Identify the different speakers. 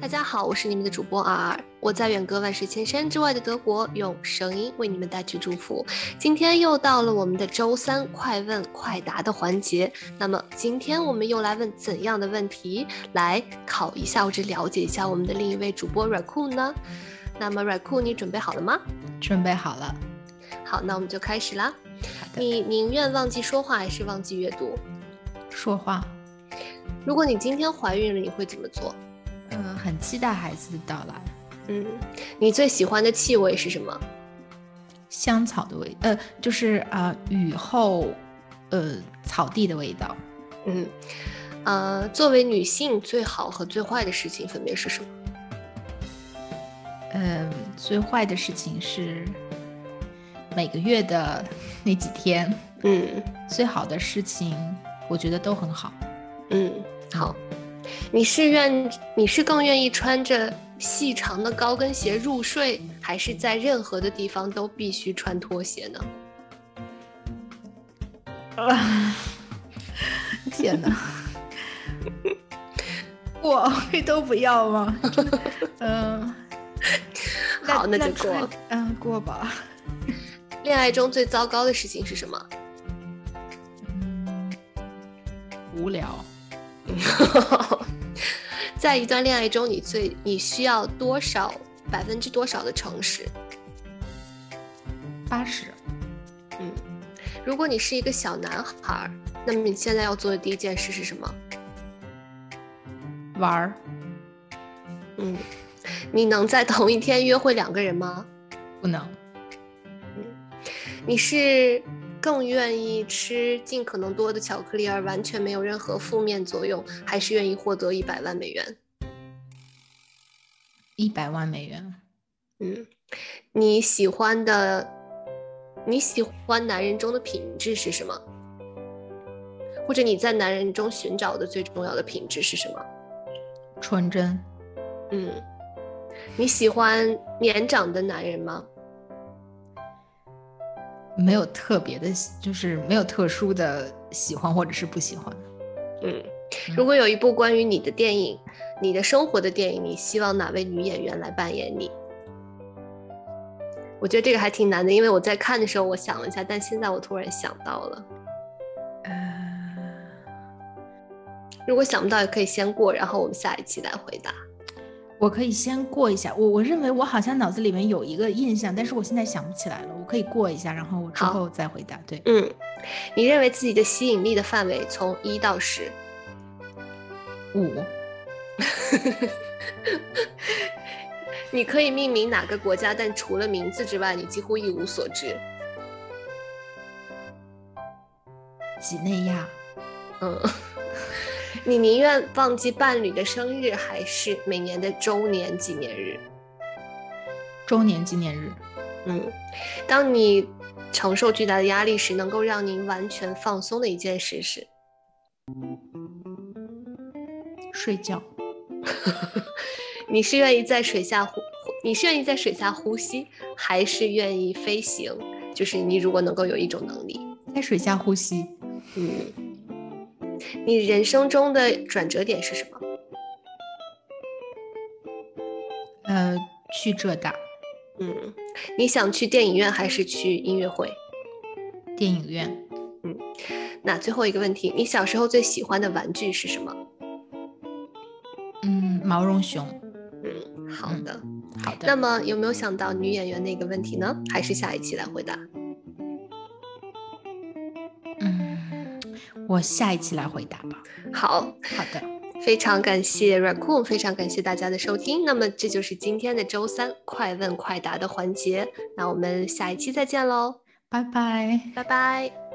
Speaker 1: 大家好，我是你们的主播 R，我在远隔万水千山之外的德国，用声音为你们带去祝福。今天又到了我们的周三快问快答的环节，那么今天我们又来问怎样的问题来考一下或者了解一下我们的另一位主播软酷呢？那么软酷，你准备好了吗？
Speaker 2: 准备好了。
Speaker 1: 好，那我们就开始啦。
Speaker 2: 好的。
Speaker 1: 你宁愿忘记说话还是忘记阅读？
Speaker 2: 说话，
Speaker 1: 如果你今天怀孕了，你会怎么做？
Speaker 2: 嗯、很期待孩子的到来。
Speaker 1: 嗯，你最喜欢的气味是什么？
Speaker 2: 香草的味，呃，就是啊、雨后，呃，草地的味道。
Speaker 1: 嗯，呃，作为女性，最好和最坏的事情分别是什么？
Speaker 2: 嗯、最坏的事情是每个月的那几天，
Speaker 1: 嗯
Speaker 2: 最好的事情我觉得都很好。
Speaker 1: 嗯，好。你是愿你是更愿意穿着细长的高跟鞋入睡，还是在任何的地方都必须穿拖鞋呢？
Speaker 2: 天 哪！我都不要吗？嗯、那
Speaker 1: 好，那就过
Speaker 2: 穿
Speaker 1: 了。
Speaker 2: 嗯，过吧。
Speaker 1: 恋爱中最糟糕的事情是什么？
Speaker 2: 嗯，无聊。
Speaker 1: 在一段恋爱中，你最你需要多少百分之多少的诚实？
Speaker 2: 八十，
Speaker 1: 嗯，如果你是一个小男孩儿，那么你现在要做的第一件事是什么？
Speaker 2: 玩儿
Speaker 1: 嗯，你能在同一天约会两个人吗？
Speaker 2: 不能，
Speaker 1: 你是更愿意吃尽可能多的巧克力而完全没有任何负面作用，还是愿意获得一百万美元？
Speaker 2: 一百万美元，
Speaker 1: 嗯，你喜欢的你喜欢男人中的品质是什么？或者你在男人中寻找的最重要的品质是什么？
Speaker 2: 纯真，
Speaker 1: 嗯，你喜欢年长的男人吗？
Speaker 2: 没有特别的，就是没有特殊的喜欢或者是不喜欢。
Speaker 1: 嗯，如果有一部关于你的电影，你的生活的电影，你希望哪位女演员来扮演你？我觉得这个还挺难的，因为我在看的时候我想了一下，但现在我突然想到了。
Speaker 2: 呃，
Speaker 1: 如果想不到也可以先过，然后我们下一期来回答。
Speaker 2: 我可以先过一下，我我认为我好像脑子里面有一个印象，但是我现在想不起来了，我可以过一下，然后我之
Speaker 1: 好
Speaker 2: 后再回答。对，
Speaker 1: 嗯，你认为自己的吸引力的范围从一到十，
Speaker 2: 五，
Speaker 1: 你可以命名哪个国家，但除了名字之外，你几乎一无所知。
Speaker 2: 几内亚，
Speaker 1: 嗯，你宁愿忘记伴侣的生日，还是每年的周年纪念日？
Speaker 2: 周年纪念日，
Speaker 1: 嗯，当你承受巨大的压力时，能够让您完全放松的一件事是，
Speaker 2: 睡觉，
Speaker 1: 你是愿意在水下呼，呼你是愿意在水下呼吸，还是愿意飞行？就是你如果能够有一种能力，
Speaker 2: 在水下呼吸，
Speaker 1: 嗯，你人生中的转折点是什么？
Speaker 2: 呃，去浙大
Speaker 1: 嗯，你想去电影院还是去音乐会？
Speaker 2: 电影院，
Speaker 1: 那最后一个问题，你小时候最喜欢的玩具是什么？
Speaker 2: 嗯，毛绒熊。
Speaker 1: 嗯，好
Speaker 2: 嗯
Speaker 1: 的。
Speaker 2: 好的，
Speaker 1: 那么有没有想到女演员那个问题呢？还是下一期来回答？
Speaker 2: 嗯，我下一期来回答吧。
Speaker 1: 好，
Speaker 2: 好的，
Speaker 1: 非常感谢软酷，非常感谢大家的收听。那么这就是今天的周三快问快答的环节，那我们下一期再见喽，
Speaker 2: 拜拜。
Speaker 1: 拜拜。